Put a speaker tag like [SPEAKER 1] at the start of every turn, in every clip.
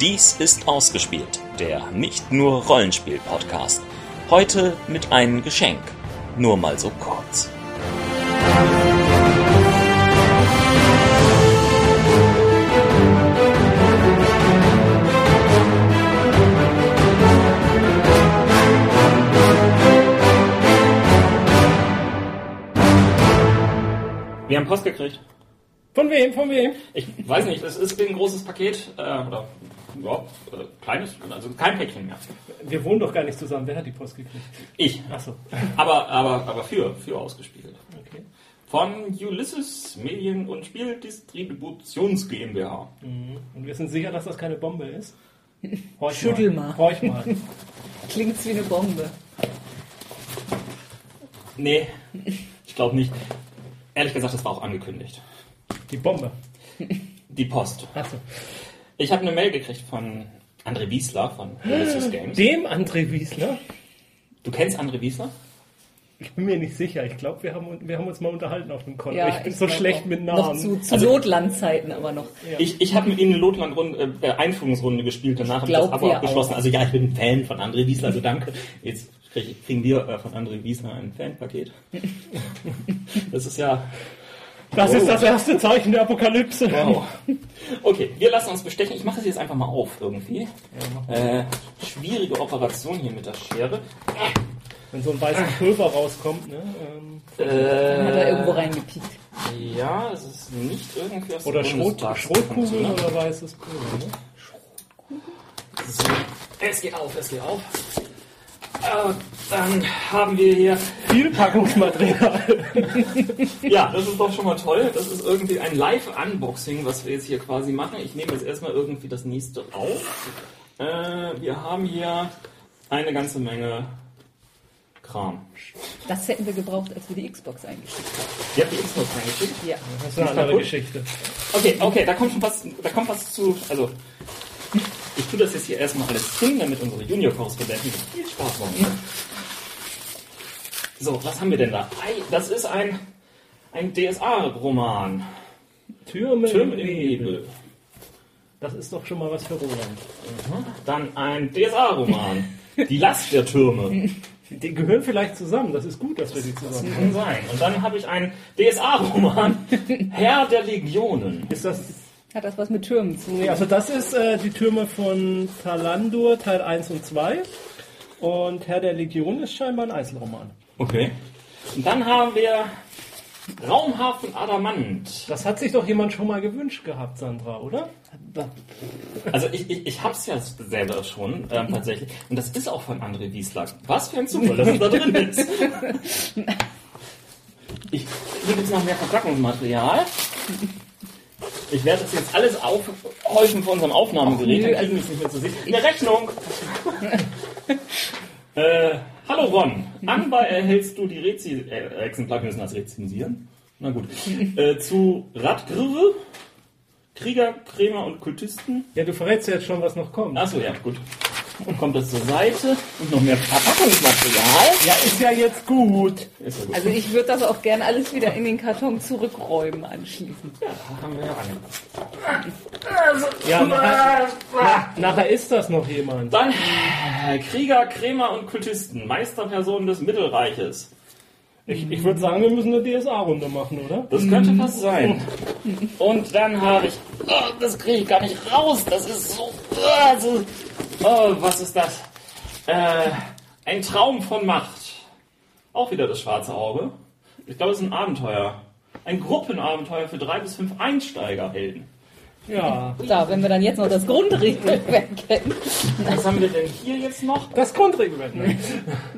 [SPEAKER 1] Dies ist Ausgespielt, der nicht nur Rollenspiel-Podcast. Heute mit einem Geschenk. Nur mal so kurz.
[SPEAKER 2] Wir haben Post gekriegt.
[SPEAKER 3] Von wem? Von wem?
[SPEAKER 2] Ich weiß nicht, es ist ein großes Paket, äh, oder ja, äh, kleines, also kein Päckchen mehr.
[SPEAKER 3] Wir wohnen doch gar nicht zusammen. Wer hat die Post gekriegt?
[SPEAKER 2] Ich.
[SPEAKER 3] Achso.
[SPEAKER 2] Aber, aber, aber für, für ausgespielt.
[SPEAKER 3] Okay.
[SPEAKER 2] Von Ulysses Medien- und Spieldistributions GmbH.
[SPEAKER 3] Und wir sind sicher, dass das keine Bombe ist. Horch
[SPEAKER 4] Schüttel mal.
[SPEAKER 3] Horch mal.
[SPEAKER 4] Klingt's wie eine Bombe.
[SPEAKER 3] Also
[SPEAKER 2] Nee, ich glaube nicht. Ehrlich gesagt, das war auch angekündigt.
[SPEAKER 3] Die Bombe.
[SPEAKER 2] Die Post.
[SPEAKER 3] Achso.
[SPEAKER 2] Ich habe eine Mail gekriegt von André Wiesler von Ulysses Games.
[SPEAKER 3] Dem André Wiesler?
[SPEAKER 2] Du kennst André Wiesler?
[SPEAKER 3] Ich bin mir nicht sicher. Ich glaube, wir haben, wir haben uns mal unterhalten auf dem Konto. ich bin so
[SPEAKER 4] glaub
[SPEAKER 3] schlecht
[SPEAKER 4] auch.
[SPEAKER 3] mit
[SPEAKER 4] Noch
[SPEAKER 3] Namen.
[SPEAKER 4] zu, zu
[SPEAKER 2] Also-
[SPEAKER 4] Notlandzeiten aber noch.
[SPEAKER 2] Ich, ich habe mit ihm eine Lotland-Runde, äh, Einführungsrunde gespielt, danach habe ich das
[SPEAKER 4] Glaub
[SPEAKER 2] Abo
[SPEAKER 4] wir
[SPEAKER 2] abgeschlossen.
[SPEAKER 4] auch.
[SPEAKER 2] Also ja, ich bin ein Fan von André Wiesler, also danke. Jetzt krieg, kriegen wir äh, von André Wiesler ein Fanpaket. Das ist ja...
[SPEAKER 3] Das
[SPEAKER 2] Oh.
[SPEAKER 3] ist das erste Zeichen der Apokalypse.
[SPEAKER 2] Wow. Okay, wir lassen uns bestechen. Ich mache das jetzt einfach mal auf irgendwie. Äh, schwierige Operation hier mit der Schere.
[SPEAKER 3] Wenn so ein weißes Pulver rauskommt, ne? Ähm,
[SPEAKER 4] Dann hat er irgendwo
[SPEAKER 2] Äh,
[SPEAKER 4] reingepiekt.
[SPEAKER 2] ja, es ist nicht irgendwie aus
[SPEAKER 3] oder
[SPEAKER 2] der
[SPEAKER 3] Schrot,
[SPEAKER 2] Bundestags-
[SPEAKER 3] Schrotkugeln oder weißes Pulver, ne?
[SPEAKER 2] So, ne? es geht auf, es geht auf. Äh, dann haben wir hier
[SPEAKER 3] Viel Packungsmaterial.
[SPEAKER 2] Ja, das ist doch schon mal toll. Das ist irgendwie ein Live-Unboxing, was wir jetzt hier quasi machen. Ich nehme jetzt erstmal irgendwie das nächste auf. Äh, wir haben hier eine ganze Menge Kram.
[SPEAKER 4] Das hätten wir gebraucht, als wir die Xbox eingeschickt
[SPEAKER 2] Ihr habt die Xbox reingeschickt.
[SPEAKER 4] haben. Ja.
[SPEAKER 3] Das ist eine andere
[SPEAKER 2] kaputt?
[SPEAKER 3] Geschichte.
[SPEAKER 2] Okay, okay, da kommt schon was, da kommt was zu. Also, ich tue das jetzt hier erstmal alles hin, damit unsere Junior-Korrespondenten viel Spaß machen. So, was haben wir denn da? Ei, Das ist ein, ein DSA-Roman.
[SPEAKER 3] Türme,
[SPEAKER 2] Türme im Nebel.
[SPEAKER 3] Das ist doch schon mal was für Roland.
[SPEAKER 2] Dann ein DSA-Roman. Die Last der Türme.
[SPEAKER 3] Die gehören vielleicht zusammen. Das ist gut, dass wir die zusammen
[SPEAKER 2] Kann
[SPEAKER 3] haben.
[SPEAKER 2] sein. Und dann habe ich einen DSA-Roman. Herr der Legionen.
[SPEAKER 3] Ist das,
[SPEAKER 4] Hat das was mit Türmen zu
[SPEAKER 3] nee, also das ist äh, die Türme von Talandur, Teil 1 und 2. Und Herr der Legion ist scheinbar ein Einzelroman.
[SPEAKER 2] Okay. Und dann haben wir Raumhafen Adamant.
[SPEAKER 3] Das hat sich doch jemand schon mal gewünscht gehabt, Sandra, oder?
[SPEAKER 2] Also ich, ich, ich hab's ja selber schon ähm, tatsächlich. Und das ist auch von André Wiesler. Was für ein Zufall, dass es da drin ist. Ich, hier gibt's noch mehr Verpackungsmaterial. Ich werde das jetzt alles aufhäufen von unserem Aufnahmegerät.
[SPEAKER 4] Ach, nö,
[SPEAKER 2] Dann kriegen wir es nicht mehr zu sehen. Eine Rechnung! äh, hallo Ron. Anbei erhältst du die Rezi... Äh, Exemplar, wir müssen das rezensieren. Na gut. Äh, zu Radgrive, Krieger, Krämer und Kultisten.
[SPEAKER 3] Ja, du verrätst ja jetzt schon, was noch kommt.
[SPEAKER 2] Achso, ja, gut. Und kommt das zur Seite und noch mehr Verpackungsmaterial.
[SPEAKER 3] Ja, ist ja jetzt gut.
[SPEAKER 2] Ist ja gut.
[SPEAKER 4] Also ich würde das auch gern alles wieder in den Karton zurückräumen anschließend.
[SPEAKER 2] Da haben wir ja angepasst.
[SPEAKER 3] Ja, nachher, na, nachher ist das noch jemand.
[SPEAKER 2] Dann äh, Krieger, Krämer und Kultisten, Meisterpersonen des Mittelreiches.
[SPEAKER 3] Ich, ich würde sagen, wir müssen eine DSA-Runde machen, oder?
[SPEAKER 2] Das könnte fast sein. Und dann habe ich. Oh, das kriege ich gar nicht raus. Das ist so. Oh, so, oh was ist das? Äh, ein Traum von Macht. Auch wieder das schwarze Auge. Ich glaube, es ist ein Abenteuer. Ein Gruppenabenteuer für drei bis fünf Einsteigerhelden.
[SPEAKER 3] Ja.
[SPEAKER 4] Da, wenn wir dann jetzt noch das Grundregelwerk kennen.
[SPEAKER 2] Was haben wir denn hier jetzt noch?
[SPEAKER 3] Das Grundregelwerk, ne?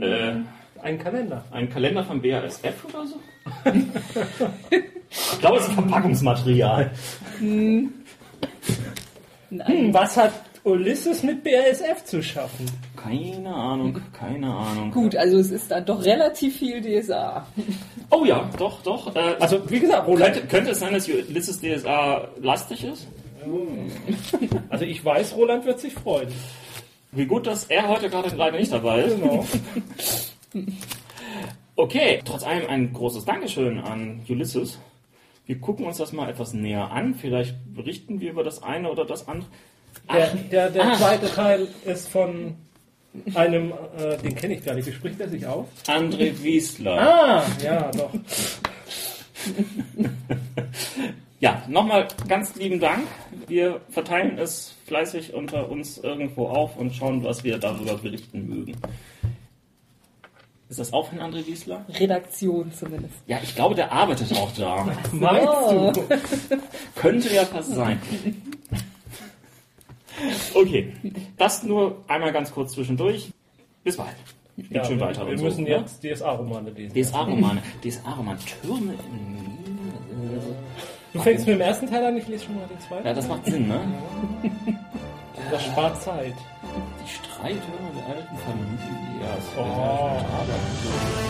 [SPEAKER 2] Äh,
[SPEAKER 3] Ein Kalender.
[SPEAKER 2] ein Kalender von BASF oder so? ich glaube, es ist Verpackungsmaterial.
[SPEAKER 3] Hm, was hat Ulysses mit BASF zu schaffen?
[SPEAKER 2] Keine Ahnung, keine Ahnung.
[SPEAKER 4] Gut, also es ist dann doch relativ viel DSA.
[SPEAKER 2] Oh ja, doch, doch. Äh, also
[SPEAKER 3] Also, wie gesagt, Roland,
[SPEAKER 2] könnte, könnte es sein, dass Ulysses DSA lastig ist?
[SPEAKER 3] also ich weiß, Roland wird sich freuen.
[SPEAKER 2] Wie gut, dass er heute gerade leider nicht dabei ist.
[SPEAKER 3] Genau.
[SPEAKER 2] Okay, trotz allem ein großes Dankeschön an Ulysses. Wir gucken uns das mal etwas näher an. Vielleicht berichten wir über das eine oder das andere.
[SPEAKER 3] Der, der, der zweite Teil ist von einem, äh, den kenne ich gar nicht. Wie spricht er sich auf?
[SPEAKER 2] André Wiesler.
[SPEAKER 3] Ah, ja, doch.
[SPEAKER 2] Ja, nochmal ganz lieben Dank. Wir verteilen es fleißig unter uns irgendwo auf und schauen, was wir darüber berichten mögen. Ist das auch von André Wiesler?
[SPEAKER 4] Redaktion zumindest.
[SPEAKER 2] Ja, ich glaube, der arbeitet auch da.
[SPEAKER 4] Oh.
[SPEAKER 2] Könnte ja fast sein. Okay, das nur einmal ganz kurz zwischendurch. Bis bald. Geht
[SPEAKER 3] Ja,
[SPEAKER 2] schön
[SPEAKER 3] wir,
[SPEAKER 2] weiter.
[SPEAKER 3] wir
[SPEAKER 2] und
[SPEAKER 3] müssen
[SPEAKER 2] so, ne?
[SPEAKER 3] jetzt DSA-Romane lesen.
[SPEAKER 2] DSA-Romane. DSA-Roman. Türme in Wien.
[SPEAKER 3] Du fängst mit dem ersten Teil an, ich lese schon mal den zweiten.
[SPEAKER 2] Ja, das macht Sinn, ne?
[SPEAKER 3] Das spart Zeit.
[SPEAKER 2] Die Streithörner der alten Familie. Ja, das war-
[SPEAKER 3] Oh.